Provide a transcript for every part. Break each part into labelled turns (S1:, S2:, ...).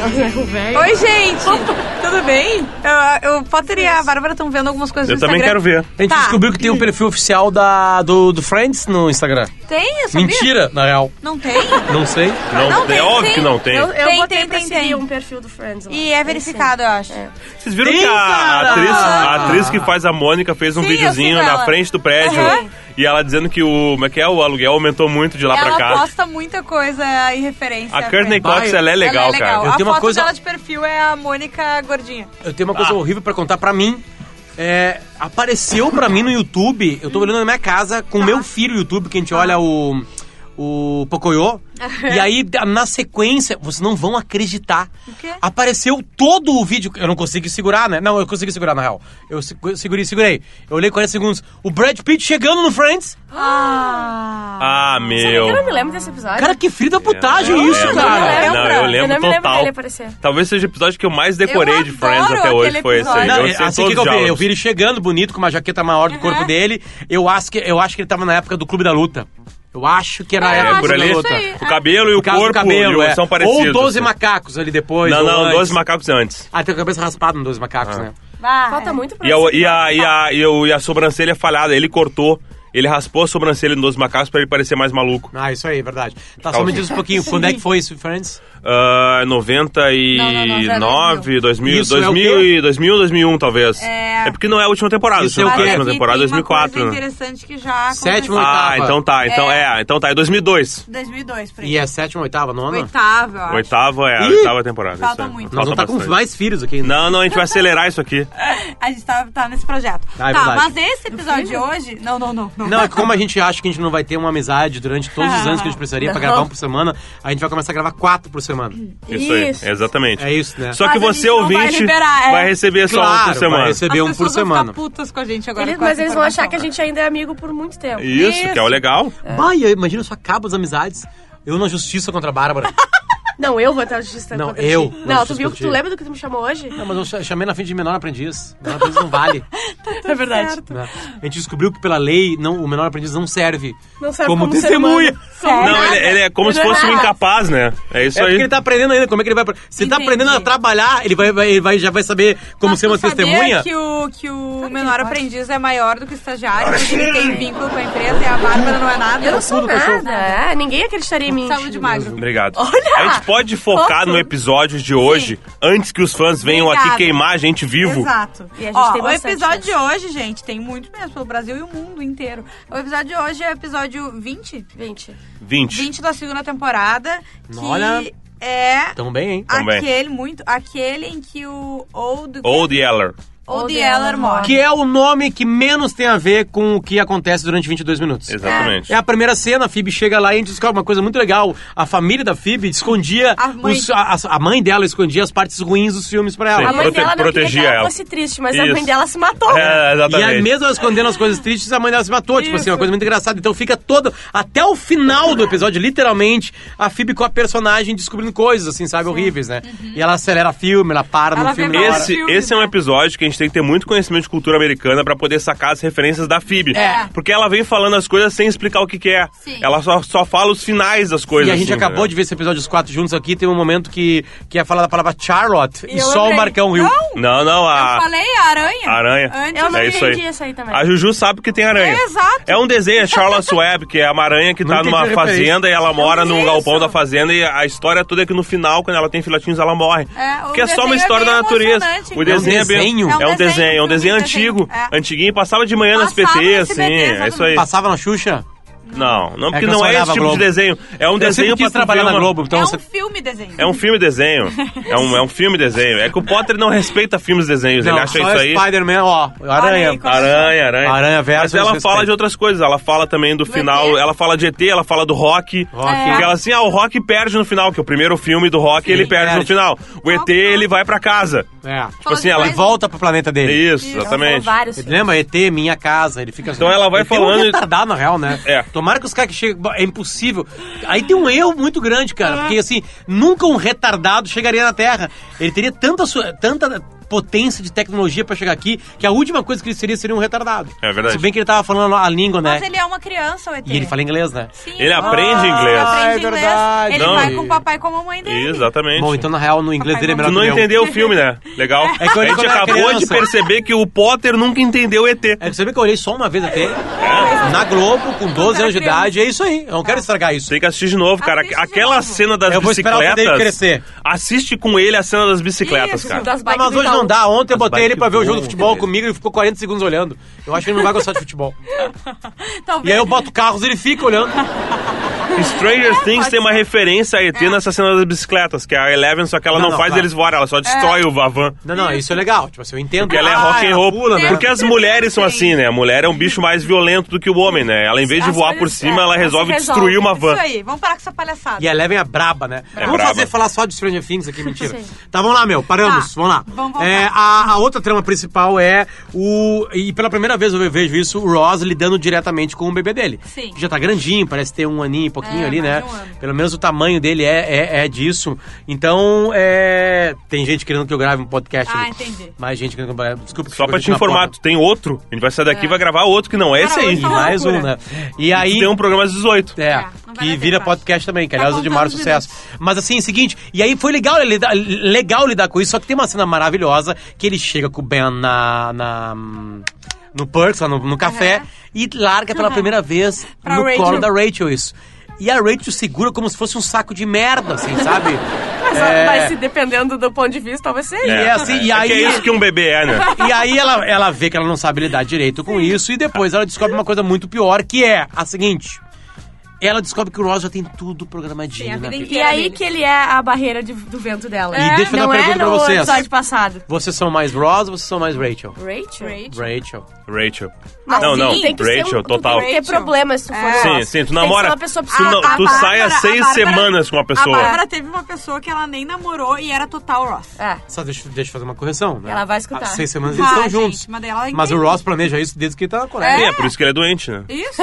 S1: Oi,
S2: Oi, gente! Tudo bem? Eu, eu, o Potter e a Bárbara estão vendo algumas coisas
S3: Eu
S2: no Instagram.
S3: também quero ver.
S4: A gente
S2: Tá.
S4: descobriu que tem um perfil oficial da, do, do Friends no Instagram.
S2: Tem, eu sabia?
S4: Mentira, na real.
S2: Não tem?
S4: Não sei.
S3: Não,
S2: Não,
S3: tem,
S2: tem,
S3: óbvio
S2: tem.
S3: que não tem.
S1: Eu, eu
S2: Tem,
S1: botei
S2: tem,
S1: pra
S2: tem,
S1: seguir
S2: tem.
S1: um perfil do Friends lá.
S2: E é verificado, eu acho.
S3: Vocês viram
S4: Tem,
S3: que a
S4: cara!
S3: atriz, a atriz que faz a Mônica fez um
S2: Sim, eu
S3: videozinho
S2: sigo
S3: na
S2: ela.
S3: frente do prédio
S2: Aham.
S3: e ela dizendo que o, como é que é, o aluguel aumentou muito de lá Tá pra
S2: Ela
S3: cá.
S2: posta muita coisa em referência.
S3: A
S2: à
S3: Courtney
S2: Friends.
S3: Cox,
S4: Vai.
S3: ela é legal,
S2: Ela é legal.
S3: cara.
S4: Eu
S2: a
S4: tenho uma
S2: foto
S4: coisa-
S2: dela de perfil é a Mônica Gordinha.
S4: Eu tenho uma coisa
S3: Ah.
S4: horrível pra contar pra mim. É, apareceu pra mim no YouTube, eu tô olhando na minha casa
S2: Tá.
S4: com o meu filho YouTube, que a gente olha o. O Pocoyo. e aí, da- na sequência, vocês não vão acreditar.
S2: O quê?
S4: Apareceu todo o vídeo. Eu não consegui segurar, né? Não, eu consegui segurar, na real. Eu se- segurei, segurei. Eu olhei 40 segundos. O Brad Pitt chegando no Friends.
S2: Ah!
S3: Ah,
S1: Eu não
S3: meu.
S1: me lembro desse episódio.
S4: Cara, que frio da putagem isso,
S3: lembro,
S4: cara.
S3: eu lembro. Não,
S2: é
S3: eu
S1: Eu
S3: lembro
S1: é, não me lembro
S3: total.
S1: dele aparecer.
S3: Talvez seja o episódio que eu mais decorei
S2: Eu
S3: de Friends
S2: adoro
S3: até hoje,
S2: aquele
S3: foi esse aí.
S2: episódio.
S4: Não,
S3: eu sei
S4: assim, o que,
S3: todos
S4: que eu
S3: os
S4: vi? Eu
S3: diálogos.
S4: vi ele chegando bonito, com uma jaqueta maior do corpo dele. Eu acho que, eu acho que ele tava na época do Clube da Luta. Eu acho que era a
S2: É,
S4: época
S3: É,
S4: do
S3: por
S4: Clube
S3: ali,
S4: da
S2: isso
S4: Luta.
S2: aí.
S3: o cabelo e o
S4: Por causa
S3: corpo
S4: do cabelo,
S3: e o-
S4: é.
S3: são parecidos.
S4: Ou 12
S3: assim.
S4: macacos ali depois.
S3: Não,
S4: ou
S3: não, Ah.
S4: antes.
S3: 12 macacos antes.
S4: Ah, tem a cabeça raspada nos 12 macacos, né?
S2: Vai.
S1: Falta muito pra
S3: E a,
S1: você.
S3: e, a, e, a, e, o- e a sobrancelha falhada, ele cortou, ele raspou a sobrancelha em 12 macacos pra ele parecer mais maluco.
S4: Ah, isso aí, é verdade. Tá, só me diz um pouquinho, quando é que foi isso, Friends?
S3: Ah, 99,
S2: Não, não, não, já é
S3: 2000,
S4: Isso é o
S3: 2000, 2000, 2001 talvez.
S2: É.
S3: porque não é a última temporada,
S4: Isso é
S3: a
S4: o
S2: Mas
S4: quê?
S3: última
S2: aqui
S3: temporada é
S2: tem uma coisa
S3: 2004, né?
S2: interessante que já
S4: Sétimo,
S2: aconteceu.
S3: Ah,
S4: Oitava.
S3: então tá, então é, então tá, é 2002.
S2: 2002, por aí.
S4: E é sétima, oitava, nona?
S2: Oitava, eu acho.
S3: Oitava é a
S4: Ih!
S3: oitava temporada.
S2: Falta
S3: isso aí.
S2: muito.
S4: Nós vamos estar com
S3: bastante.
S4: mais filhos aqui.
S3: Não, não, a gente vai acelerar isso aqui.
S2: A gente tá, tá nesse projeto.
S4: Ah, é
S2: tá,
S4: verdade.
S2: mas esse episódio de hoje... Não, não, não. Não,
S4: Não, é que como a gente acha que a gente não vai ter uma amizade durante todos os anos que a gente precisaria pra gravar um por semana, a gente vai começar a gravar quatro por semana.
S3: Isso,
S1: Isso.
S3: aí, exatamente.
S4: É isso, né?
S3: Só
S2: Mas
S3: que
S2: a gente
S3: você,
S2: não vai
S3: ouvinte,
S2: liberar, é.
S3: vai receber só um por
S4: Claro,
S3: semana.
S4: vai
S2: As
S4: receber um por
S2: pessoas vão
S4: semana.
S2: ficar putas com a gente agora.
S1: Eles-
S2: com essa
S1: mas eles vão achar
S2: informação.
S1: que a gente ainda é amigo por muito tempo.
S3: Isso, que é o legal.
S4: Bah, e eu imagino só acaba as amizades. Eu na justiça contra a Bárbara.
S1: Não, eu vou entrar na justiça
S4: Não,
S1: contra
S4: eu.
S1: ti.
S4: Não,
S1: Não, tu
S4: justiça
S1: viu
S4: contra
S1: que
S4: ti.
S1: tu lembra do que tu me chamou hoje?
S4: Não, mas eu cha- chamei na frente de menor aprendiz. Menor aprendiz não vale.
S2: É verdade.
S4: né? A gente descobriu que pela lei não, o menor aprendiz não serve,
S1: Não serve como ser
S4: testemunha. É
S1: humano.
S2: Sério?
S3: Não, ele, ele é como
S1: Ele
S3: se
S1: não é
S3: fosse um
S1: nada.
S3: incapaz, né? É isso
S4: É
S3: aí.
S4: porque ele tá aprendendo ainda como é que ele vai. Se ele tá
S2: Entendi.
S4: aprendendo a trabalhar, ele, vai, vai- ele vai- já vai saber como
S2: Mas
S4: ser
S2: tu
S4: uma
S2: sabia
S4: testemunha.
S2: que o, que o menor aprendiz é maior do que o estagiário, porque ele tem vínculo com a empresa e a Bárbara não é nada.
S1: Eu não sou nada. É, ninguém acreditaria em mim.
S2: Saúde magro.
S3: Obrigado.
S1: Olha!
S3: a gente pode focar
S1: Outro.
S3: no episódio de hoje, antes que os fãs venham
S2: Obrigada.
S3: aqui queimar a gente vivo.
S2: Exato.
S1: E a gente
S2: Ó,
S1: tem
S2: o
S1: bastante
S2: episódio de
S1: dessa.
S2: hoje, gente, tem muito mesmo, pelo Brasil e o mundo inteiro. O episódio de hoje é o episódio 20?
S1: 20.
S3: 20.
S2: 20 da segunda temporada, que
S4: Olha.
S2: é
S4: Tão bem, hein?
S3: Também.
S2: aquele muito, aquele em que o Old
S3: Old Yeller.
S2: Old Yeller morre.
S4: Que é o nome que menos tem a ver com o que acontece durante 22 minutos.
S3: Exatamente.
S4: É a primeira cena, a Phoebe chega lá e a gente descobre uma coisa muito legal. A família da Phoebe escondia...
S2: A mãe.
S4: os- a, a- a mãe dela escondia as partes ruins dos filmes pra ela.
S3: Sim.
S1: A mãe
S3: Prote-
S1: dela não queria que
S3: protegia
S1: ela,
S3: ela.
S1: fosse triste, mas a
S3: Isso.
S1: mãe dela se matou.
S3: É,
S4: E aí,
S3: exatamente.
S4: mesmo ela escondendo as coisas tristes, a mãe dela se matou. Tipo assim, uma coisa muito engraçada. Então fica todo, até o final do episódio, literalmente, a Phoebe com a personagem descobrindo coisas, assim, sabe, horríveis, né? E ela acelera filme, ela para
S2: Uhum. Ela
S4: no filme.
S2: vê
S4: na hora.
S2: mais.
S3: Esse,
S2: Filme,
S3: esse é um
S2: né?
S3: episódio que a gente tem que ter muito conhecimento de cultura americana pra poder sacar as referências da Phoebe.
S2: É.
S3: Porque ela vem falando as coisas sem explicar o que, que é.
S2: Sim.
S3: Ela só, só fala os finais das coisas.
S4: E a gente
S3: assim,
S4: acabou
S3: né?
S4: de ver esse episódio, os quatro juntos aqui, tem um momento que, que é falar da palavra Charlotte e,
S2: eu
S4: só o
S2: lembrei.
S4: Marcão riu.
S2: Não,
S3: Não, não, a.
S2: Eu falei a aranha.
S3: Aranha.
S2: Antes
S1: Eu não
S3: É isso aí.
S1: entendi essa aí também.
S3: A Juju sabe que tem aranha.
S2: É, exato.
S3: É um desenho, é Charlotte's Web, que é uma aranha que tá
S4: Não entendi
S3: numa
S4: a referência.
S3: fazenda e ela mora num
S1: isso.
S3: galpão da fazenda e a história toda é que no final, quando ela tem filhotinhos, ela morre.
S2: É, o
S3: Porque é só
S2: desenho
S3: uma
S2: é
S3: história
S2: bem
S3: da natureza.
S2: emocionante,
S3: O
S2: inclusive.
S3: desenho é bem...
S4: É um
S3: É um desenho, é um desenho
S2: filme,
S3: antigo.
S2: desenho. É.
S3: Antigo, passava de manhã nas
S2: Passava
S3: PT,
S2: no
S3: assim,
S2: SBT,
S3: é isso aí.
S4: Passava na Xuxa?
S3: Não, não, porque
S4: que eu
S3: não
S4: só
S3: é esse
S4: olhava
S3: tipo de
S4: Globo.
S3: desenho. É um
S4: eu sempre
S3: desenho pra tu
S4: quis
S3: ver
S4: trabalhar na
S3: uma-
S4: Globo, então...
S2: é
S4: você-
S2: um filme desenho.
S3: É um filme desenho. É um, é um filme desenho. É que o Potter não respeita filmes desenhos.
S4: Não,
S3: ele acha
S4: só
S3: isso aí.
S4: Spider-Man, ó,
S2: Olha
S4: Aranha.
S2: aí, como-
S3: Aranha, aranha.
S4: Aranha versus
S3: Mas ela
S4: respeito.
S3: fala de outras coisas. Ela fala também do final.
S2: ET.
S3: Ela fala de ET, ela fala do rock.
S4: Rock.
S3: É. Porque ela assim, ah, o rock perde no final, que o primeiro filme do rock ele perde, no
S4: perde.
S3: final. O ET, ele vai pra casa.
S4: é.
S3: Tipo assim, ela.
S4: Ele volta pro planeta dele.
S3: Isso,
S1: Ela falou
S3: exatamente.
S1: vários filmes.
S4: Lembra? ET, minha casa, ele fica...
S3: Então ela vai
S4: ele fica um
S3: falando e-
S4: retardado, na real, né?
S3: É.
S4: Tomara que os caras que chegam... Bom, É impossível. Aí tem um erro muito grande, cara. Porque, assim, nunca um retardado chegaria na Terra. Ele teria tanta... su- tanta potência de tecnologia pra chegar aqui, que a última coisa que ele seria seria um retardado.
S3: É verdade.
S4: Se bem que ele tava falando a língua, né?
S2: Mas ele é uma criança, o ET.
S4: E ele fala inglês, né?
S2: Sim,
S3: Ele aprende inglês.
S2: Ele aprende
S5: Ah, é
S2: inglês.
S5: verdade.
S2: Ele
S3: Não,
S2: vai
S3: e-
S2: com o papai e com a mamãe dele.
S3: Exatamente.
S4: Bom, então na real no
S2: Tá
S4: inglês dele é melhor
S3: Tu não
S4: que o meu.
S3: entendeu o filme, né? Legal.
S4: É que eu
S3: a
S4: olhei
S3: gente
S4: quando era
S3: acabou de
S4: criança.
S3: perceber que o Potter nunca entendeu o ET.
S4: É que você vê que eu olhei só uma vez até. Na Globo, com 12 anos de
S2: criança.
S4: idade, é isso aí. Eu não quero estragar isso.
S3: Tem que assistir de novo, cara.
S2: Assiste de
S3: Aquela
S2: novo.
S3: cena das
S4: Eu vou esperar o
S3: bicicletas.
S4: Frederico crescer.
S3: Assiste com ele a cena das bicicletas,
S1: Isso,
S3: cara.
S1: das
S4: Não,
S1: bikes
S4: mas
S1: do
S4: hoje
S1: Itaú.
S4: não dá. Ontem eu
S3: As
S4: botei
S3: bike
S4: ele pra ver o
S3: voam,
S4: jogo de futebol
S3: beleza.
S4: comigo, ele ficou 40 segundos olhando. Eu acho que ele não vai gostar de futebol. E
S2: Talvez.
S4: aí eu boto carros e ele fica olhando.
S3: Stranger Things tem uma referência a ET nessa cena das bicicletas, que é a Eleven, só que ela não,
S4: Não, não, tá.
S3: faz
S4: claro.
S3: eles voar, ela só destrói o Vavan.
S4: Não, não, isso é legal. Tipo assim, eu entendo.
S3: Porque ela é
S4: Ah,
S3: rock and roll.
S4: pula, né?
S3: Porque as mulheres são assim, né? A mulher é um bicho mais violento do que o homem, né? Ela, em vez de
S1: As
S3: voar por
S1: mulheres-
S3: cima,
S1: é,
S3: ela
S1: elas
S3: resolve
S1: resolvem.
S3: destruir uma van.
S2: é Isso aí, vamos parar com essa palhaçada.
S4: E a Eleven é braba, né? vamos
S3: braba.
S4: fazer falar só de Stranger Things aqui, mentira. Tá, vamos lá, meu. Paramos,
S2: Tá.
S4: vamos lá.
S2: Vamos voltar.
S4: É, a, a outra trama principal é o. E pela primeira vez eu vejo isso, o Ross lidando diretamente com o bebê dele.
S2: Sim.
S4: Que já tá grandinho, parece ter um aninho e pouquinho
S2: É,
S4: ali,
S2: mais
S4: né?
S2: de um ano.
S4: Pelo menos o tamanho dele é, é, é disso. Então, é. Tem gente querendo que eu grave um podcast.
S2: Ah,
S4: ali.
S2: entendi.
S4: Mais gente querendo que eu grave.
S3: Só
S4: Desculpa. desculpa,
S3: pra te
S4: tinha uma
S3: informar,
S4: porta.
S3: tu tem outro. A gente vai sair daqui e vai gravar outro que não é esse
S2: Cara,
S3: aí.
S2: hoje
S4: E
S2: tá uma
S4: mais um,
S2: loucura.
S4: né? E
S3: E
S4: aí.
S3: tem um programa às 18.
S4: É,
S2: É, não vai
S4: que
S2: dar
S4: vira
S2: tempo,
S4: podcast também, que
S2: Tá
S4: aliás é de
S2: contando
S4: maior
S2: os
S4: sucesso. Mas assim, é o seguinte, e aí foi legal lidar, legal lidar com isso, só que tem uma cena maravilhosa que ele chega com o Ben na. na no Perks, lá no, no café, e larga pela primeira vez
S2: Pra
S4: no
S2: Rachel.
S4: colo da Rachel isso. E a Rachel segura como se fosse um saco de merda, assim, sabe?
S1: Mas,
S4: É.
S1: mas se dependendo do ponto de vista, talvez seja.
S4: E assim, e
S3: É que
S4: aí-
S3: é isso que um bebê é, né?
S4: E aí ela, ela vê que ela não sabe lidar direito com isso e depois ela descobre uma coisa muito pior, que é a seguinte. Ela descobre que o Ross já tem tudo programadinho
S2: Tem a vida
S4: na vida.
S2: inteira.
S1: E aí que ele é a barreira de- do vento dela.
S4: E deixa eu fazer
S1: não
S4: uma pergunta
S1: é
S4: pra
S1: no
S4: vocês.
S1: episódio passado.
S4: Vocês são mais Ross ou vocês são mais Rachel?
S1: Rachel?
S2: Rachel.
S4: Rachel.
S3: Rachel.
S1: Mas
S3: não, não,
S1: sim, tem que ser um-
S3: Rachel,
S1: tu
S3: total.
S1: Tem que ter problema se tu for
S2: É.
S1: Ross.
S3: Sim, sim, tu
S1: Tem que
S3: namora-
S1: ser uma pessoa
S3: tu não-
S1: psicopata.
S3: tu sai há
S2: a
S3: seis semanas com uma pessoa.
S2: A Bárbara teve uma pessoa que ela nem namorou e era total Ross.
S1: É.
S4: Só deixa, deixa eu fazer uma correção, né?
S1: Ela vai escutar.
S4: Há seis semanas
S2: Vai,
S4: eles estão
S2: gente,
S4: juntos.
S2: mas daí ela
S4: Mas o
S2: entende.
S4: Ross planeja isso desde que ele tá na Coreia.
S3: Sim, é por isso que ele é doente, né?
S2: Isso.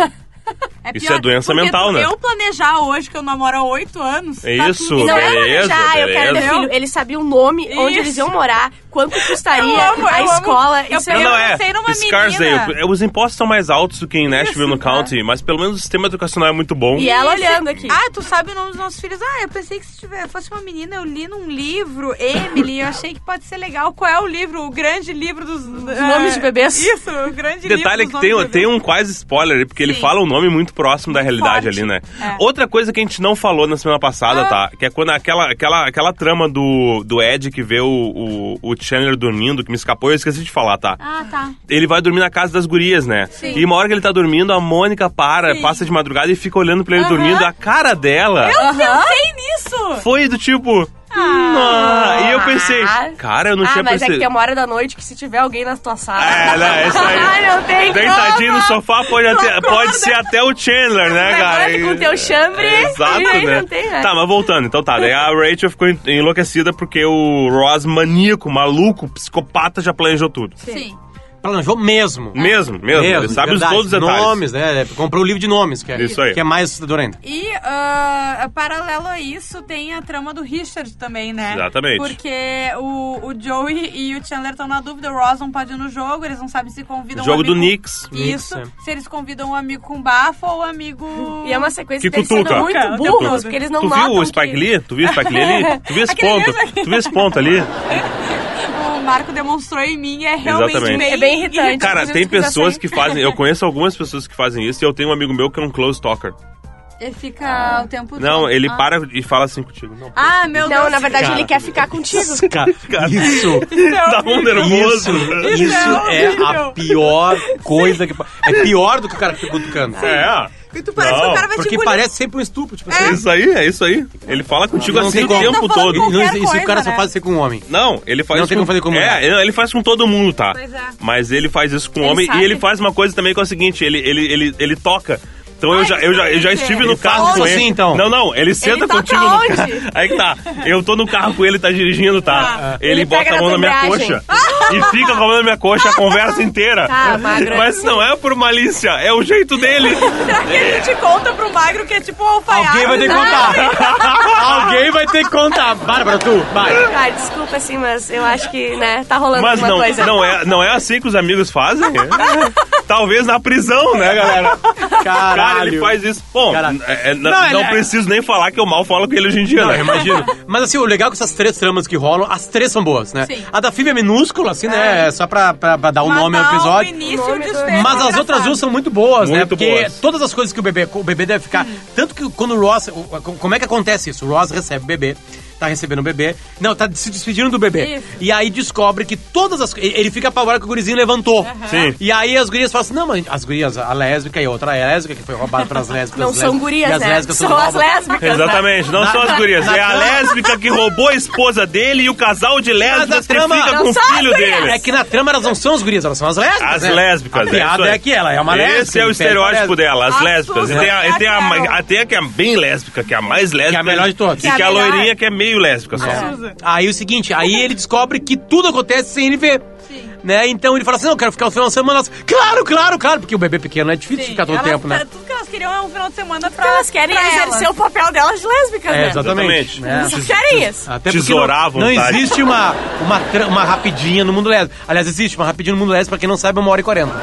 S2: É
S3: Isso é doença
S2: porque
S3: mental, né?
S2: Eu planejar hoje que eu namoro há oito anos. tá
S3: Isso,
S2: tudo
S1: E não é
S3: Beleza,
S1: planejar, eu quero ter
S2: beleza.
S1: filho. Ele sabia o nome, onde eles iam morar, quanto
S2: Eu
S1: custaria
S2: amo,
S1: a
S2: eu amo.
S1: escola.
S2: Eu né?
S1: Isso
S2: pego-
S1: é...
S3: não, é.
S2: pensei numa
S3: Scarsdale.
S2: menina.
S3: É, Os impostos são mais altos do que em Nashville,
S2: tá.
S3: no county, mas pelo menos o sistema educacional é muito bom.
S1: E ela olhando aqui.
S2: Ah, tu sabe o nome dos nossos filhos? Ah, eu pensei que se tiver, fosse uma menina, eu li num livro, Emily, eu achei que pode ser legal. Qual é o livro? O grande livro dos... ah,
S1: nomes de bebês.
S2: Isso, o grande
S3: Detalhe é
S2: livro
S3: que tem,
S2: dos
S3: tem um quase spoiler aí, porque ele
S2: Sim.
S3: fala um nome muito próximo da realidade
S2: forte.
S3: ali, né?
S2: É. Ah.
S3: Outra coisa que a gente não falou na semana passada, tá? Que é quando aquela, aquela, aquela trama do, do Ed que vê o, o, o Chandler dormindo, que me escapou, eu esqueci de falar, tá?
S2: Ah, tá.
S3: Ele vai dormir na casa das gurias, né?
S2: Sim.
S3: E uma hora que ele tá dormindo, a Mônica para,
S2: Sim.
S3: passa de madrugada e fica olhando pra ele dormindo. A cara dela
S2: Eu pensei nisso!
S3: foi do tipo. "Nó". E eu pensei,
S1: Ah.
S3: cara, eu não
S1: Ah,
S3: tinha
S1: mas é que
S3: percebido.
S1: tem uma hora da noite que se tiver alguém na tua sala.
S3: É, não, é isso aí.
S1: Ai, não tem
S3: Deitadinho
S1: como.
S3: no sofá pode, até-
S1: acorda.
S3: pode ser até o Chandler, né, cara?
S1: Agora com o teu chambre.
S3: Exato,
S1: e aí
S3: né?
S1: não tem, né?
S3: Tá, mas voltando, então tá. Daí a Rachel ficou en- enlouquecida porque o Ross, maníaco, maluco, psicopata, já planejou tudo.
S2: Sim.
S4: Planejou mesmo.
S3: Mesmo, mesmo. Ele sabe os
S4: verdade.
S3: todos os detalhes.
S4: Nomes, né? Comprou o livro de nomes, que é,
S3: Isso aí.
S4: Que é mais assustador ainda.
S2: E ah, paralelo a isso, tem a trama do Richard também, né?
S3: Exatamente.
S2: Porque o, o Joey e o Chandler estão na dúvida, o Ross não pode ir no jogo, eles não sabem se convidam
S3: Jogo
S2: um amigo...
S3: do Knicks.
S2: Isso,
S4: Knicks,
S2: se eles convidam um amigo com bafo ou um amigo...
S1: E é uma sequência
S3: Que
S1: que eles são
S3: cutuca.
S1: muito
S2: Cutuca.
S1: burros, porque eles não
S3: tu
S1: notam
S3: viu o Spike
S1: que...
S3: Lee? Tu viu o Spike Lee ali? Tu viu esse
S2: Aquele
S3: ponto?
S2: mesmo.
S3: Tu viu esse ponto ali?
S2: O Marco demonstrou em mim é realmente
S3: Exatamente.
S2: bem...
S1: É bem irritante.
S3: Cara,
S1: Inclusive,
S3: tem
S1: se quiser
S3: pessoas
S1: sair-
S3: que fazem. Eu conheço algumas pessoas que fazem isso e eu tenho um amigo meu que é um close talker.
S2: Ele fica o tempo todo.
S3: Não, ele
S2: ah.
S3: para e fala assim contigo. Não,
S2: Ah, meu Deus.
S1: Não, na verdade,
S4: Cara.
S1: ele quer ficar contigo.
S4: Cara, isso.
S3: dá um nervoso.
S4: Isso, é a
S2: horrível.
S4: pior coisa que. É pior do que o cara que fica cutucando.
S3: É.
S2: E tu parece que
S3: Não,
S2: o cara vai te
S4: Porque
S2: engolir.
S4: parece sempre um estupro, tipo
S3: É
S4: assim.
S3: isso aí, é isso aí. Ele fala contigo
S4: Não
S3: assim
S4: tem
S3: o
S4: como.
S3: tempo
S2: Ele tá falando
S3: todo.
S2: com
S4: Não,
S2: Qualquer
S4: isso o cara
S2: coisa,
S4: só
S2: né?
S4: faz isso com um homem.
S3: Não, ele faz
S4: Não
S3: isso
S4: tem como fazer com mulher.
S3: É, ele- ele faz com todo mundo, tá?
S2: Pois é.
S3: Mas ele faz isso com
S1: Ele
S3: homem
S1: sabe.
S3: e ele faz uma coisa também que é o seguinte, ele, ele, ele, ele toca. Então eu já, eu já, eu já estive no
S4: Ele
S3: carro
S4: faz
S3: com
S4: assim,
S3: ele.
S4: então?
S3: Não, não, ele senta
S1: toca
S3: contigo no
S1: onde?
S3: carro. Aí que tá. Eu tô no carro com ele, tá dirigindo, tá?
S1: Ah,
S3: ele,
S1: ele
S3: bota
S1: pega
S3: a mão
S1: na
S3: na minha
S1: embreagem.
S3: coxa e fica com a mão na minha coxa a conversa inteira.
S1: Tá, magro.
S3: Mas não é por malícia, é o jeito dele.
S1: Será que a gente conta pro magro que é tipo um alfaiate?
S4: Alguém vai ter que contar. Alguém vai ter que contar. Bárbara, tu, vai.
S1: Ah, desculpa, assim, mas eu acho que, né, tá rolando
S3: Mas
S1: alguma
S3: não,
S1: coisa.
S3: não, é, não é assim que os amigos fazem. Talvez na prisão, né, galera? Cara, ele faz isso. Bom,
S4: Caralho.
S3: é- é- n- não,
S4: Não, ele é-
S3: preciso nem falar que eu mal falo com ele hoje em dia,
S4: Não,
S3: né?
S4: eu imagino. Mas assim, o legal é que essas três tramas que rolam, as três são boas, né?
S2: Sim.
S4: A da Fiv é minúscula, assim, né? É Só pra, pra- pra dar o
S2: Mas
S4: nome
S2: dá
S4: ao
S2: um
S4: episódio.
S2: início,
S1: O nome
S2: um
S1: do-
S2: desfecho
S4: Mas as outras
S2: engraçado.
S4: duas são muito boas, né?
S3: Muito
S4: Porque
S3: boas.
S4: todas as coisas que o bebê, o bebê deve ficar. Tanto que quando o Ross. o- co- Como é que acontece isso? O Ross recebe o bebê, tá recebendo o bebê. Não, tá se despedindo do bebê.
S2: Isso.
S4: E aí descobre que todas as. e- Ele fica apavorado que o gurizinho levantou.
S3: Sim.
S4: E aí as gurias falam assim: não, mas as gurias, a lésbica e outra lésbica que foi roubada pras lésbicas.
S1: Não
S4: as
S1: são
S4: lésbicas, e
S1: gurias,
S4: as
S1: né?
S4: lésbicas
S1: São as lésbicas. né?
S3: Exatamente, não são as gurias. É a lésbica que roubou a esposa dele e o casal de lésbicas que
S4: trama-
S3: fica
S4: Não
S3: com o
S1: são as
S3: filho
S1: gurias.
S3: dele.
S4: É que na trama elas não são as gurias, elas são as lésbicas.
S3: As
S4: né?
S3: lésbicas,
S4: A
S3: isso
S4: piada
S3: aí.
S4: é que ela é uma lésbica.
S3: Esse é o
S4: ele pega uma
S3: estereótipo
S4: lésbica.
S3: dela, as
S2: Ah,
S3: lésbicas. E tem a, e tem a,
S2: Carol.
S3: ma- a- tem a que é bem lésbica, que é a mais lésbica.
S4: melhor de todas.
S3: E
S2: Que é
S3: que
S2: a
S3: a
S2: melhor.
S3: loirinha que é meio lésbica só.
S4: É. Aí o seguinte, aí ele descobre que tudo acontece sem ele ver.
S2: Sim.
S4: Né? Então ele fala assim: não, eu quero ficar o final de semana. Elas, claro, claro, claro, porque o bebê pequeno é difícil
S2: Sim,
S4: ficar todo o
S2: elas-
S4: tempo, né?
S2: Tudo que elas queriam é um final de semana pra.
S1: Porque elas querem
S2: pra
S1: exercer
S2: elas.
S1: o papel delas de lésbicas, né?
S3: Exatamente.
S4: É, né?
S1: Elas só querem isso.
S4: Até porque
S3: Tesourar à
S4: não, não
S3: vontade.
S4: existe uma, uma, tra- uma rapidinha no mundo lésbico. Aliás, existe uma rapidinha no mundo lésbico, pra quem não sabe, é uma hora e quarenta.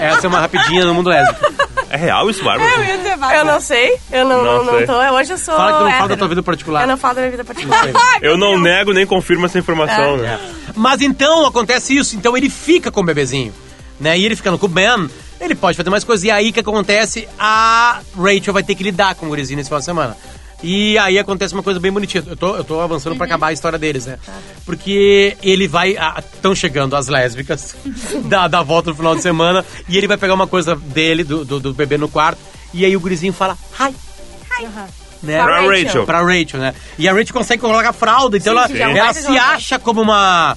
S4: Essa é uma rapidinha no mundo lésbico.
S3: É real isso,
S2: Eu
S3: Bárbara?
S2: ia dizer, vai.
S1: Eu não sei, eu não,
S3: Não
S1: não, não
S3: sei.
S1: tô. Hoje eu sou.
S4: Ah, Fala que tu não fala da
S1: hétero.
S4: tua vida particular.
S1: é. Eu não falo da minha vida É, particular.
S3: Eu não nego nem confirmo essa
S2: É.
S3: informação,
S4: É.
S3: né?
S4: Mas então acontece isso, então ele fica com o bebezinho, né? E ele ficando com o Ben, ele pode fazer mais coisas. E aí o que acontece? A Rachel vai ter que lidar com o gurizinho nesse final de semana. E aí acontece uma coisa bem bonitinha. Eu tô, eu tô avançando pra acabar a história deles, né? Porque ele vai. Estão chegando as lésbicas da, da volta no final de semana. E ele vai pegar uma coisa dele, do, do, do bebê no quarto. E aí o gurizinho fala, hi. Hi. Né?
S1: Pra
S3: Pra
S1: Rachel.
S3: Rachel.
S4: pra Rachel, né? E a Rachel consegue colocar fralda, então
S1: Sim,
S4: ela,
S1: sim, já é um
S4: ela
S1: baita
S4: se
S1: jogo.
S4: acha como uma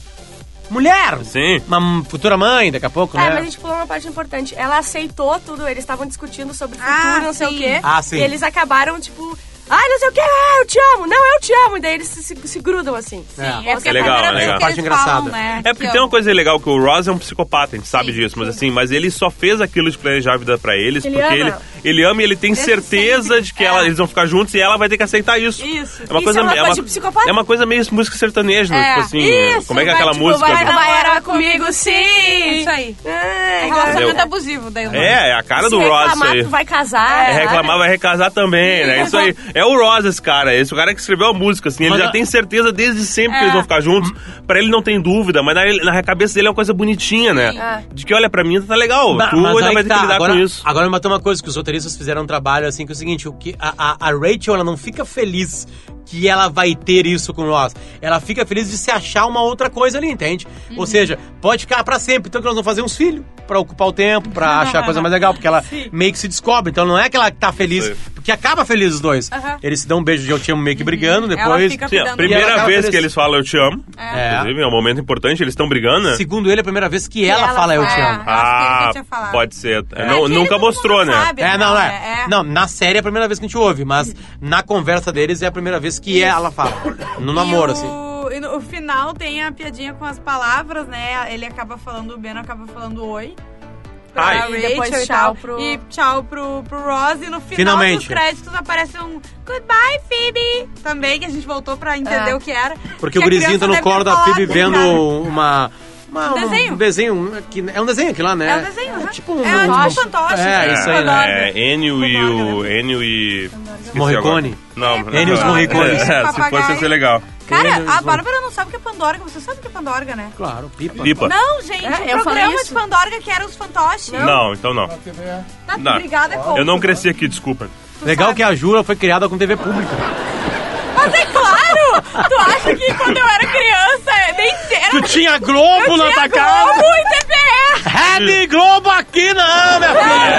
S4: mulher.
S3: Sim.
S4: Uma futura mãe, daqui a pouco,
S1: Ah,
S4: né?
S1: mas a gente pulou uma parte importante. Ela aceitou tudo, eles estavam discutindo sobre futuro,
S2: Ah,
S1: não sei
S2: sim.
S1: o quê.
S4: Ah, sim.
S1: E eles acabaram, tipo, ai, não sei o quê, ah, eu te amo, não, eu te amo. E daí eles se, se- se grudam assim.
S2: Sim, é porque a
S3: legal,
S2: primeira
S3: é
S2: vez
S3: legal.
S2: que
S4: Parte
S2: eles falam,
S4: engraçada.
S2: né,
S3: É porque
S2: que
S3: tem uma
S2: eu-
S3: coisa legal, que o Ross é um psicopata, a gente sabe
S2: Sim,
S3: disso, mas assim, mas ele só fez aquilo de planejar a vida pra eles,
S1: Ele
S3: porque
S1: ama.
S3: ele, ele ama e ele tem
S2: Desde
S3: certeza
S2: sempre.
S3: de que ela-
S2: É.
S3: eles vão ficar juntos e ela vai ter que aceitar isso.
S2: Isso.
S3: É uma
S1: Isso
S3: coisa,
S1: é uma
S3: é
S1: coisa de psicopata.
S3: é uma coisa meio música sertaneja, né?
S2: É.
S3: tipo assim,
S2: Isso,
S3: como é que é
S2: vai,
S3: aquela
S2: tipo,
S3: música?
S2: vai-
S1: Namorar comigo, sim! É
S2: Isso aí.
S1: Ah,
S4: um
S2: É
S1: agora-
S2: relacionamento
S3: Entendeu?
S2: abusivo daí. o nome.
S3: É, é a cara
S1: Se
S3: do Ross isso
S1: reclamar,
S3: aí.
S1: tu vai casar.
S3: É, reclamar vai recasar também, né? Isso aí. É o Ross esse cara. Esse cara é que escreveu a música, assim. Ele
S4: Mas
S3: já
S4: a-
S3: tem certeza desde sempre que
S2: É.
S3: eles vão ficar juntos. Pra ele não tem dúvida, mas na, na cabeça dele é uma coisa bonitinha,
S2: É.
S3: né? De que, olha, pra mim tá legal.
S4: Ba-
S3: tu ainda
S4: aí
S3: vai
S4: que
S3: ter
S4: tá,
S3: que lidar
S4: agora,
S3: com isso.
S4: Agora me matou uma coisa, que os roteiristas fizeram um trabalho assim, que é o seguinte, o que a, a- a Rachel, ela não fica feliz que ela vai ter isso com o Ross. Ela fica feliz de se achar uma outra coisa ali, entende? Ou seja, pode ficar pra sempre, então que nós vamos fazer uns filhos pra ocupar o tempo, pra achar a coisa mais legal, porque ela meio que se descobre, então não é que ela tá feliz,
S3: Isso aí.
S4: porque acaba feliz os dois.
S2: Aham.
S4: Eles se dão um beijo de eu te amo meio que brigando,
S2: Ela
S4: depois...
S2: fica
S3: Sim,
S2: cuidando
S3: a
S4: dela.
S3: primeira
S4: Ela
S3: vez
S4: oferece-
S3: que eles falam eu te amo.
S4: É.
S3: Inclusive, é um momento importante, eles estão brigando, né?
S4: Segundo ele, é a primeira vez que ela,
S2: ela
S4: fala eu te
S2: fala,
S4: amo.
S2: Eu acho que ele já tinha falado.
S3: pode ser. É,
S2: É
S3: não-
S2: que
S3: nunca
S2: todo
S3: mostrou,
S2: mundo
S3: né?
S2: sabe,
S4: É, não,
S2: né?
S4: é. Não, na série é a primeira vez que a gente ouve, mas na conversa deles é a primeira vez que ela fala. No namoro,
S2: e o...
S4: assim.
S2: E no o final tem a piadinha com as palavras, né? Ele acaba falando, o Ben acaba falando oi. Pra
S3: Ai.
S2: Rachel
S1: E depois tchau
S2: e tal.
S1: pro-
S2: E tchau pro, pro Ross. E no final dos
S4: Finalmente.
S2: créditos aparece um Goodbye, Phoebe! Também, que a gente voltou pra entender
S1: É.
S2: o que era.
S4: Porque o
S2: a
S4: gurizinho
S2: criança
S4: tá no
S2: deve
S4: colo da
S2: falar
S4: Phoebe
S2: com o
S4: vendo
S2: cara.
S4: uma... uma-
S2: Um desenho.
S4: Um desenho. um- que é um desenho aquilo lá, né?
S2: É um desenho,
S4: É
S2: aham.
S4: tipo um...
S2: É um
S4: um-
S2: tipo fantoche,
S4: É,
S2: né?
S4: isso aí, né?
S3: É, Enio e o. Enio e. esqueci
S4: Morricone.
S3: agora.
S2: É,
S3: Não, não.
S4: Ennio e os Morricones.
S3: É, se fosse ia ser legal.
S4: Ele-
S2: Cara, a Bárbara não sabe o que é Pandorga. Você sabe o que é Pandorga, né?
S4: Claro, pipa.
S3: Pipa.
S2: Não, gente,
S1: É,
S2: o
S1: eu falei
S2: programa
S1: isso.
S2: de Pandorga que era os fantoches.
S3: Não, então não.
S2: Tá,
S3: não.
S2: Obrigada, é pouco.
S3: Eu não cresci aqui, desculpa.
S4: Legal que a Jura foi criada com TV pública.
S2: Mas é claro! Tu acha que quando eu era criança, nem era
S4: Tu tinha Globo na tua
S2: Globo
S4: casa?
S2: e TVE!
S4: Rede Globo aqui não, minha filha!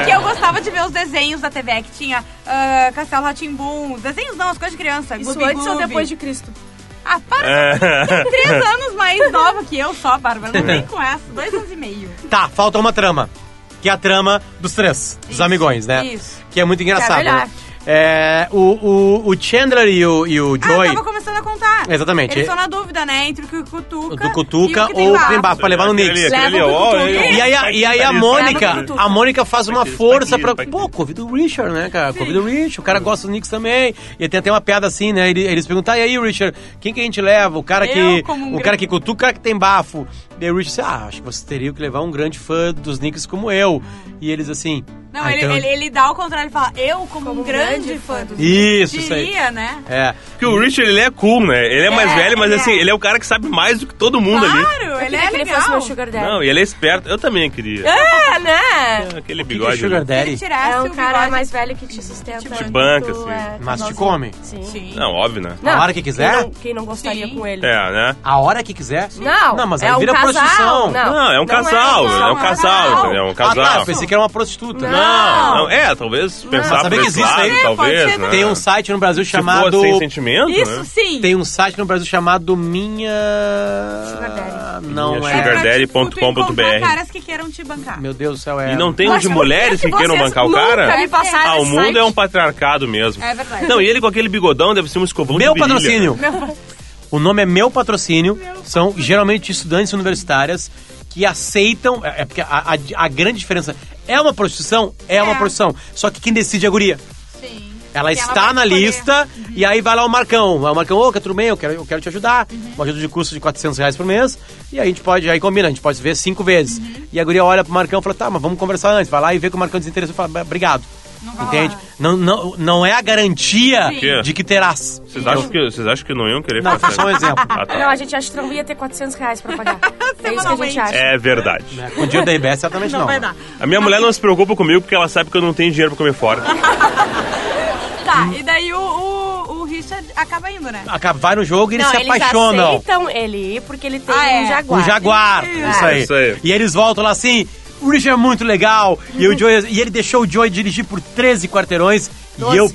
S2: É que eu gostava de ver os desenhos da TVE, que tinha ah, Castelo Ratimbum. Desenhos não, as coisas de criança.
S1: Isso
S2: Gubi
S1: antes ou
S2: Gubi.
S1: depois de Cristo?
S2: Ah, para!
S3: É.
S2: Três
S4: É.
S2: anos mais nova que eu só, Bárbara. Não vem com essa. Dois anos e meio.
S4: Tá, falta uma trama. Que é a trama dos três, dos
S2: Isso,
S4: amigões, né?
S2: isso.
S4: Que é muito engraçado.
S2: melhor.
S4: né? É, o, o, o Chandler e o, e o
S2: Ah,
S4: Joey.
S2: eu tava começando a contar.
S4: Exatamente.
S2: Eles estão na dúvida, né? Entre o que o Cutuca.
S4: O do Cutuca
S2: e que tem
S4: ou o
S2: bafo.
S4: que tem bafo. Ah, pra levar no
S3: Aquele-
S4: Knicks.
S3: aquele,
S1: Leva pro
S3: ó,
S1: YouTube.
S3: eu-
S4: E aí, a- e aí a
S3: Tá
S2: Leva
S4: Mônica,
S2: pro Tuca.
S4: a Mônica faz uma
S3: Tá aqui,
S4: força
S3: tá aqui,
S4: pra.
S3: tá aqui.
S4: Pô, convida o Richard, né, cara? Convida o Richard. O cara gosta do Knicks também. E tem até uma piada assim, né? Ele- Eles perguntam, "Ah, e aí, Richard, quem que a gente leva? O cara
S2: Eu,
S4: que.
S2: como um
S4: o
S2: grande-
S4: cara que cutuca, o cara que tem bafo. E aí o Richard ah, acho que você teria que levar um grande fã dos Knicks como eu. E eles assim.
S2: Não,
S4: "Ah,
S2: ele,
S4: então-
S2: ele, ele dá o contrário e fala, eu, como, um grande, fã do
S4: Isso, isso aí.
S2: Diria, né?
S4: É.
S3: Porque o Richard, ele é cool, né? Ele é mais
S2: É,
S3: velho, mas
S2: ele
S3: assim,
S2: é.
S3: ele é o cara que sabe mais do que todo mundo ali.
S2: Claro, ele é
S1: que ele fosse
S2: legal.
S1: meu sugar daddy.
S3: Não, e ele é esperto. Eu também queria. Ah,
S1: É, né?
S3: Aquele
S4: Que que é
S3: bigode.
S4: Sugar
S3: ali.
S2: Ele
S4: Daddy?
S2: tirasse
S1: É um
S2: o
S1: cara
S2: bigode.
S1: mais velho que te sustenta.
S3: Te banca,
S1: enquanto,
S3: assim.
S1: é,
S4: Mas te
S1: novinho.
S4: come?
S1: Tipo Sim.
S2: Sim.
S4: é
S3: Não, óbvio, né?
S4: Na hora que quiser?
S1: Quem não, quem não gostaria
S2: Sim.
S1: com ele?
S3: É, né?
S4: A hora que quiser.
S1: Não,
S4: Não, mas
S1: é
S4: aí
S1: um
S4: vira
S1: casal,
S4: prostituição.
S1: Não,
S3: Não, é um
S1: não
S3: casal,
S1: é,
S3: é,
S1: não,
S3: um casal,
S1: não.
S3: entendeu? É um
S4: Ah, tá,
S3: casal.
S4: eu pensei que era uma prostituta.
S1: Não.
S3: Não, não, é, talvez pensar por
S4: Saber que
S3: esse
S4: existe
S3: lado,
S4: aí. É,
S3: talvez,
S2: pode ser
S3: né?
S4: Tem um site no Brasil
S3: Se for
S4: chamado.
S3: sem sentimento,
S2: Isso
S3: né?
S2: sim.
S4: Tem um site no Brasil chamado Minha. Sugar
S1: Daddy.
S4: Não
S3: Minha
S4: é.
S3: Sugar
S2: pra te-
S3: sugardaddy.com.br.
S2: tu encontrar caras que queiram te bancar.
S4: Meu Deus do céu, é.
S3: E não tem um
S1: Mas
S3: de
S1: por
S3: mulheres que,
S1: que
S3: queiram
S1: vocês
S3: bancar o
S1: nunca
S3: cara?
S1: me passaram
S3: ah, o
S1: esse
S3: mundo
S1: site?
S3: é um patriarcado mesmo.
S2: É verdade.
S3: Não, e ele com aquele bigodão deve ser um escovão de
S4: Meu
S3: virilha.
S4: patrocínio. O nome é Meu Patrocínio. São geralmente estudantes universitárias que aceitam. É é porque a, a- a grande diferença é uma prostituição? É, uma
S2: É.
S4: prostituição. Só que quem decide é a guria.
S2: Sim.
S4: Ela
S2: E ela
S4: está
S2: pode
S4: na
S2: escolher.
S4: lista e aí vai lá o Marcão. Aí O Marcão, ô, que tudo bem, eu quero, eu quero te ajudar. Uma ajuda de custo de 400 reais por mês. E aí a gente pode, aí combina, a gente pode se ver cinco vezes. E a guria olha pro Marcão e fala, tá, mas vamos conversar antes. Vai lá e vê que o Marcão desinteressou e fala, obrigado.
S2: vai
S4: Entende?
S2: lá.
S4: Não, não, não é a garantia
S3: Sim.
S4: de que terás.
S3: Vocês acham, que, vocês acham que não iam querer
S4: Não, foi
S3: fazer?
S4: só um exemplo.
S3: Ah, tá.
S1: Não, a gente acha que não ia ter 400 reais pra pagar. é isso que a gente
S2: Semanalmente.
S1: acha.
S3: É verdade.
S4: Né? Com o dinheiro da IBS, certamente não.
S2: Não vai dar.
S3: A minha mulher não se preocupa comigo porque ela sabe que eu não tenho dinheiro pra comer fora.
S2: Tá, e daí o, o, o Richard acaba indo, né?
S4: Acaba, vai no jogo e eles
S1: não,
S4: se
S1: eles
S4: apaixonam.
S1: aceitam ele porque ele tem
S2: Ah, é.
S1: um jaguar.
S4: Um jaguar. Isso aí.
S3: Isso aí.
S4: E eles voltam lá assim. O Richard é muito legal. E, o Joey, e ele deixou o Joey dirigir por 13 quarteirões. E
S1: Doze.
S4: eu,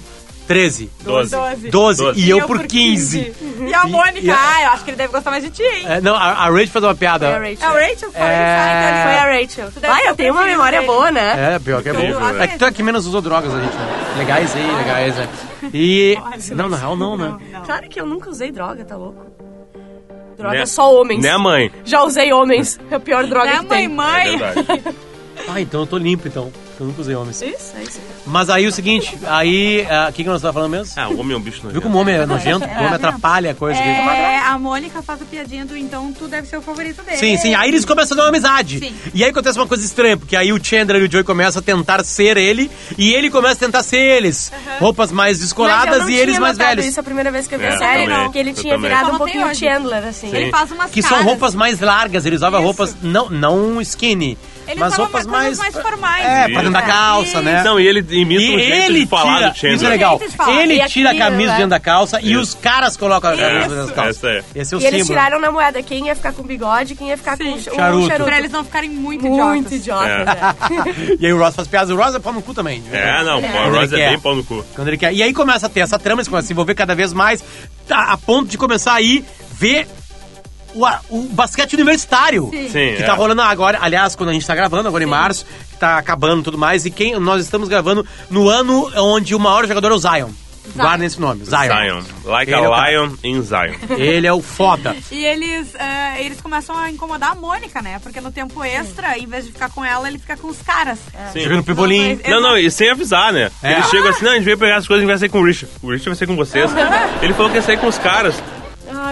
S4: 13.
S3: Doze.
S2: Doze.
S4: 12.
S3: Doze.
S4: E eu por 15.
S2: E a
S4: E-
S2: Mônica,
S4: e a-
S2: ah, eu acho que ele deve gostar mais de ti, hein?
S4: É, não, a, a Rachel fez uma piada.
S1: Foi a
S2: É o
S1: Rachel.
S2: Rachel? Foi, Então
S4: É.
S1: Foi
S2: Foi
S1: a
S2: a
S1: Rachel.
S2: deve
S1: Vai,
S2: ser
S1: eu
S2: o
S1: tenho uma
S2: preferido
S1: memória
S2: dele.
S1: boa, né?
S4: É, pior que é
S3: Incrível,
S4: bom.
S3: é.
S4: É que tu é que menos usou drogas, a gente. né? Legais aí, legais. É. E.
S2: assim.
S4: Não, na real, não, né?
S2: É.
S1: Claro que eu nunca usei droga, tá louco? Droga
S3: Né?
S1: é só homens.
S3: Né, mãe?
S1: Já usei homens. É a pior droga
S2: Né,
S1: que
S2: mãe,
S1: tem.
S3: É
S2: mãe?
S3: verdade.
S4: Ah, então eu tô limpo, então. Eu nunca usei homens.
S1: Isso, é isso.
S4: Mas aí o seguinte, aí. ah, O que, que nós tava falando mesmo?
S3: Ah, o homem é um bicho
S4: Viu
S3: nojento.
S4: como o homem é nojento? O homem atrapalha a coisa. que-
S2: É, a Mônica faz a piadinha do então tu deve ser o favorito dele.
S4: Sim, sim. Aí eles começam a dar uma amizade.
S2: Sim.
S4: E aí acontece uma coisa estranha, porque aí o Chandler e o Joey começam a tentar ser ele, e ele começa a tentar ser eles. Roupas mais
S1: Mas eu
S4: descoladas
S1: não
S4: e
S1: tinha
S4: eles mais
S1: notado
S4: velhos.
S1: Isso é a primeira vez que eu vi
S3: É,
S1: a
S3: eu
S1: série,
S3: também.
S1: não. Que ele
S3: Eu
S1: tinha
S3: também.
S1: virado
S2: Só
S1: um
S2: não tem
S1: pouquinho
S2: hoje.
S1: Chandler, assim.
S3: Sim.
S2: Ele faz umas
S4: Que
S2: caras.
S4: são roupas mais largas, ele usava
S2: Isso.
S4: roupas não, não skinny,
S2: Ele
S4: mas
S2: usava
S4: roupas
S2: uma-
S4: mais.
S2: coisas mais formais.
S4: É,
S3: Isso.
S4: pra dentro da calça, né?
S3: Não, e ele imita
S4: E
S3: um jeito
S4: ele
S3: de falar
S4: tira,
S3: do Chandler.
S4: isso é legal.
S2: Jeito de falar.
S1: E
S4: Ele
S1: a
S4: tira a
S1: trilha,
S4: camisa
S1: né?
S4: dentro da calça e
S3: Isso.
S4: os caras colocam a camisa
S2: Isso.
S4: dentro das calças.
S3: Essa é.
S4: Esse é o
S1: E eles
S4: símbolo.
S1: tiraram na moeda quem ia ficar com bigode, quem ia ficar
S2: Sim.
S1: com o um
S4: Charuto.
S1: charuto.
S2: Pra eles não ficarem muito,
S1: Muito
S2: idiotas.
S1: idiota.
S3: É.
S4: E aí o Ross faz piadas. O Ross é pau no cu também. de verdade.
S3: É, não, pô, a
S4: Quando
S3: Rose
S4: ele
S3: é
S4: quer.
S3: bem pau no cu.
S4: Quando ele quer. E aí começa a ter essa trama, eles começam a se envolver cada vez mais, tá, a ponto de começar a ir ver o, a- o basquete universitário.
S3: Sim,
S4: que
S3: é.
S4: tá rolando agora, aliás, quando a gente tá gravando, agora em março, que tá acabando e tudo mais, e quem nós estamos gravando no ano onde o maior jogador é o Zion. Guardem esse nome, Zion.
S3: Zion. Like
S4: Ele é o
S3: a
S4: cara.
S3: lion in Zion.
S4: Ele é o foda.
S2: E eles, eh, eles começam a incomodar a Mônica, né? Porque no tempo extra, em vez de ficar com ela, ele fica com os caras.
S3: Sim.
S4: Jogando pebolim.
S3: Não, não, e sem avisar, né?
S4: É.
S3: Ele chega assim, não, a gente veio pegar as coisas e vai sair com o Richard. O Richard vai sair com vocês. Ele falou que ia sair com os caras.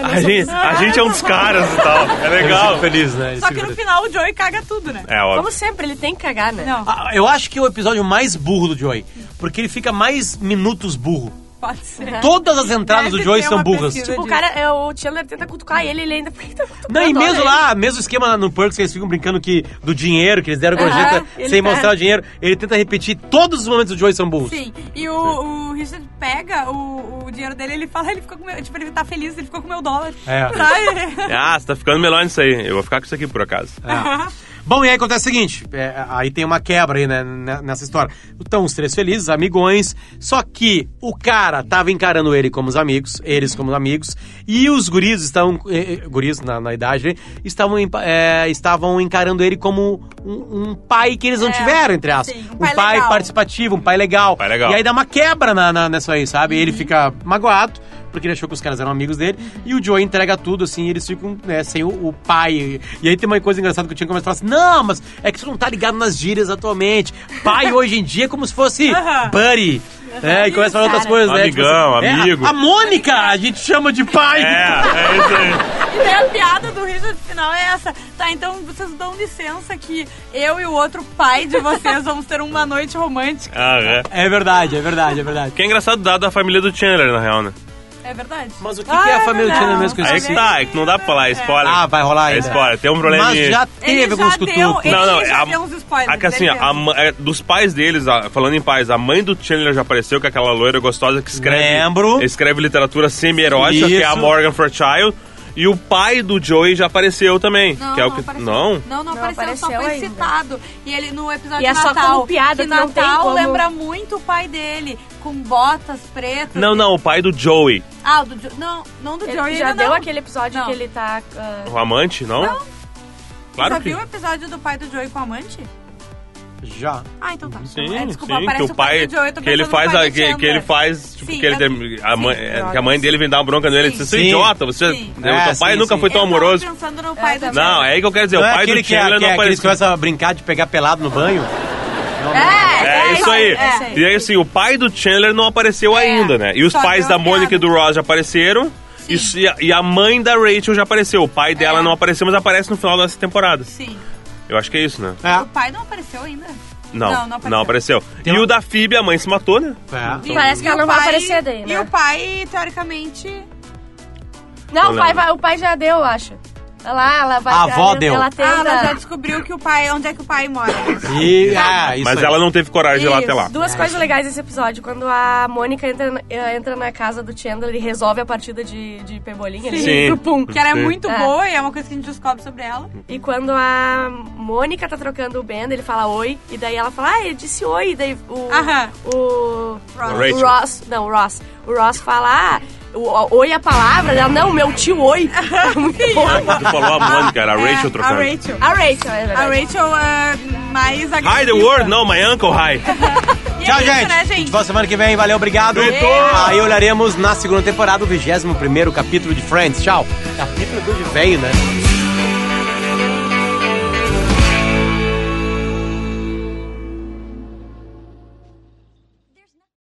S3: A gente, a gente é um dos caras e tal. É legal.
S4: feliz, né? Eles
S2: Só que
S4: ficam
S2: no
S4: felizes.
S2: final o Joey caga tudo, né?
S3: É óbvio.
S1: Como sempre, ele tem que cagar, né?
S2: Não,
S4: Ah, Eu acho que é o episódio mais burro do Joey. Porque ele fica mais minutos burro.
S2: pode ser.
S4: Todas as entradas
S2: É. Deve
S4: do Joey
S2: ter
S4: são
S2: uma
S4: burras.
S2: pesquisa
S1: Tipo, o cara, é, o Chandler tenta cutucar ele, ele ainda... Por que tá cutucando?
S4: Não, e mesmo
S1: Olha
S4: lá, mesmo esquema no Perks, que eles ficam brincando que, do dinheiro, que eles deram gorjeta
S1: Aham, ele
S4: sem
S1: tá.
S4: mostrar o dinheiro. Ele tenta repetir todos os momentos do Joey são burros.
S2: Sim, e o, o Richard pega o, o dinheiro dele, ele fala, ele ficou com meu, tipo, ele tá feliz, ele ficou com meu dólar.
S4: É.
S2: Sabe?
S3: Ah, você tá ficando melhor nisso aí. Eu vou ficar com isso aqui por acaso.
S4: É. Bom, e aí acontece o seguinte: é, aí tem uma quebra aí, né, n- nessa história. Então, os três felizes, amigões, só que o cara tava encarando ele como os amigos, eles como os amigos, e os guris estavam. eh, eh, Guris, na, na idade, né, estavam, em- eh, estavam encarando ele como um, um pai que eles não
S2: É,
S4: tiveram, entre aspas.
S2: sim, um
S4: um pai,
S2: pai legal.
S4: participativo, um pai legal.
S3: Pai legal.
S4: E aí dá uma quebra na, na- nessa aí, sabe? Ele
S2: Uhum.
S4: fica magoado, porque ele achou que os caras eram amigos dele. E o Joe entrega tudo, assim, e eles ficam né, sem o, o pai. E aí tem uma coisa engraçada que eu tinha começado a falar assim: não, mas é que tu não tá ligado nas gírias atualmente. Pai hoje em dia é como se fosse
S2: Aham.
S4: buddy. É, e começa a falar outras
S2: Cara.
S4: coisas, né? Tipo
S3: Amigão,
S4: assim, é,
S3: amigo.
S4: a, a Mônica a gente chama de pai.
S3: É, é isso aí.
S2: E daí a piada do Richard final é essa. Tá, então vocês dão licença que eu e o outro pai de vocês vamos ter uma noite romântica.
S3: Ah, é.
S4: É verdade, é verdade, é verdade.
S3: Que é engraçado dado a família do Chandler, na real, né?
S2: É verdade?
S4: Mas o que,
S2: Ah,
S4: que é a
S2: é
S4: família do
S2: verdade.
S4: Tina mesmo que eu
S3: Aí que
S4: esqueci?
S3: tá, é que não dá pra falar, é spoiler.
S4: Ah, vai rolar
S3: É
S4: ainda.
S3: spoiler, tem um probleminha.
S4: Mas já
S2: Ele
S4: teve
S2: já
S4: alguns
S2: deu,
S4: cutucos.
S2: ele-
S3: Não, não,
S2: já
S3: a-
S2: deu uns spoilers,
S3: a- que assim,
S2: defendo.
S3: a ma- é, dos pais deles, a- falando em pais, a mãe do Chandler já apareceu, que é aquela loira gostosa que escreve,
S4: Lembro.
S3: escreve literatura semi-erótica, que é a
S4: Isso.
S3: Morgan Fairchild. E o pai do Joey já apareceu também.
S2: Não,
S3: que é o
S2: não
S3: que,
S2: apareceu.
S3: não?
S2: Não, não
S1: Não
S2: apareceu, só
S1: apareceu
S2: foi
S1: ainda.
S2: citado. E ele no episódio
S1: E é
S2: de
S1: só
S2: Natal.
S1: como piada
S2: que
S1: que não tem
S2: Natal
S1: como-
S2: lembra muito o pai dele, com botas pretas.
S3: Não, não, o pai do Joey.
S2: Ah, o do Jo- Não, não do
S1: Ele
S2: Joey
S1: já
S2: ainda
S1: deu
S2: não.
S1: aquele episódio
S2: Não.
S1: que ele tá. ah,
S3: O amante, não? Claro
S2: Já
S3: que.
S2: viu o episódio do pai do Joey com a amante?
S4: Já.
S2: Ah, então tá.
S3: Sim,
S2: é, desculpa,
S3: sim,
S2: aparece
S3: que o pai,
S2: do Joey, eu tô
S3: que ele
S2: pensando no
S3: faz,
S2: pai
S3: a-
S2: do
S3: que, que ele
S2: Chandler.
S3: faz, tipo,
S2: Sim,
S3: que, ele
S2: é-
S3: tem- a
S2: sim,
S3: mãe, é, que a mãe dele vem dar uma bronca nele, ele diz,
S4: Sim.
S3: "Você é idiota, você,
S2: Sim.
S3: o
S4: É,
S3: teu pai
S4: sim,
S3: nunca
S4: sim.
S3: foi tão
S2: Eu tava
S3: amoroso".
S2: pensando no pai do
S3: Não,
S2: Chandler.
S3: é aí que eu quero dizer,
S4: Não
S3: o
S4: é
S3: pai
S4: aquele
S3: do
S4: que, é,
S3: Chandler
S4: que
S3: não
S4: é aquele que
S3: apareceu.
S4: começa a brincar de pegar pelado no banho?
S1: ah,
S2: É,
S3: É, isso aí.
S2: É,
S1: aí.
S3: E aí, assim, o pai do Chandler não apareceu ainda, né? E os
S2: só
S3: pais
S2: deu
S3: da
S2: piada.
S3: Mônica e do Ross já apareceram. E, s- e a- e a mãe da Rachel já apareceu. O pai dela
S2: É.
S3: não apareceu, mas aparece no final dessa temporada.
S2: Sim.
S3: Eu acho que é isso, né?
S4: É.
S2: O pai não apareceu ainda?
S3: Não,
S2: Não, não apareceu.
S3: não apareceu.
S4: Tem
S3: E
S4: uma-
S3: o da Phoebe, a mãe se matou, né?
S4: É.
S2: E-
S1: Parece que
S2: e
S1: ela
S2: o
S1: não vai
S2: pai-
S1: aparecer daí, né?
S2: E o pai, teoricamente...
S1: Não, o
S3: Não
S1: pai,
S3: lembro.
S1: vai- o pai já deu, eu acho. Olha lá, ela vai.
S4: A avó
S1: ela,
S4: deu.
S1: Ela tá
S2: Ah, ela já
S1: tenta.
S2: descobriu que o pai... Onde é que o pai mora?
S4: E, é, isso
S3: mas
S4: aí.
S3: ela não teve coragem de ir lá até lá.
S4: É.
S1: Duas coisas legais desse episódio. Quando a Mônica entra, na- eh, entra na casa do Chandler e resolve a partida de, de pebolinha. ele-
S3: Sim.
S1: Pum.
S2: Que ela é
S3: Sim.
S2: muito
S1: É.
S2: boa e é uma coisa que a gente descobre sobre ela.
S1: E quando a Mônica tá trocando o Ben, ele fala oi. E daí ela fala, ah, ele disse oi. E daí o.
S2: Aham.
S1: O.
S2: Ross.
S1: o Ross. Não, o Ross. O Ross fala, ah, o- oi a palavra. Ela, não, meu tio oi. muito bom.
S3: Tu falou a Mônica, era a
S2: É,
S3: Rachel trocando.
S2: A Rachel.
S1: A Rachel, é
S2: A
S1: verdade.
S2: Rachel é mais agressiva.
S3: Hi the world? Não, my uncle, hi.
S2: E é
S4: Tchau,
S2: isso,
S4: gente.
S2: né,
S4: A gente volta semana que vem. Valeu, obrigado.
S3: Feito.
S4: Aí olharemos na segunda temporada o 21 capítulo de Friends. Tchau. Capítulo do de veio, né?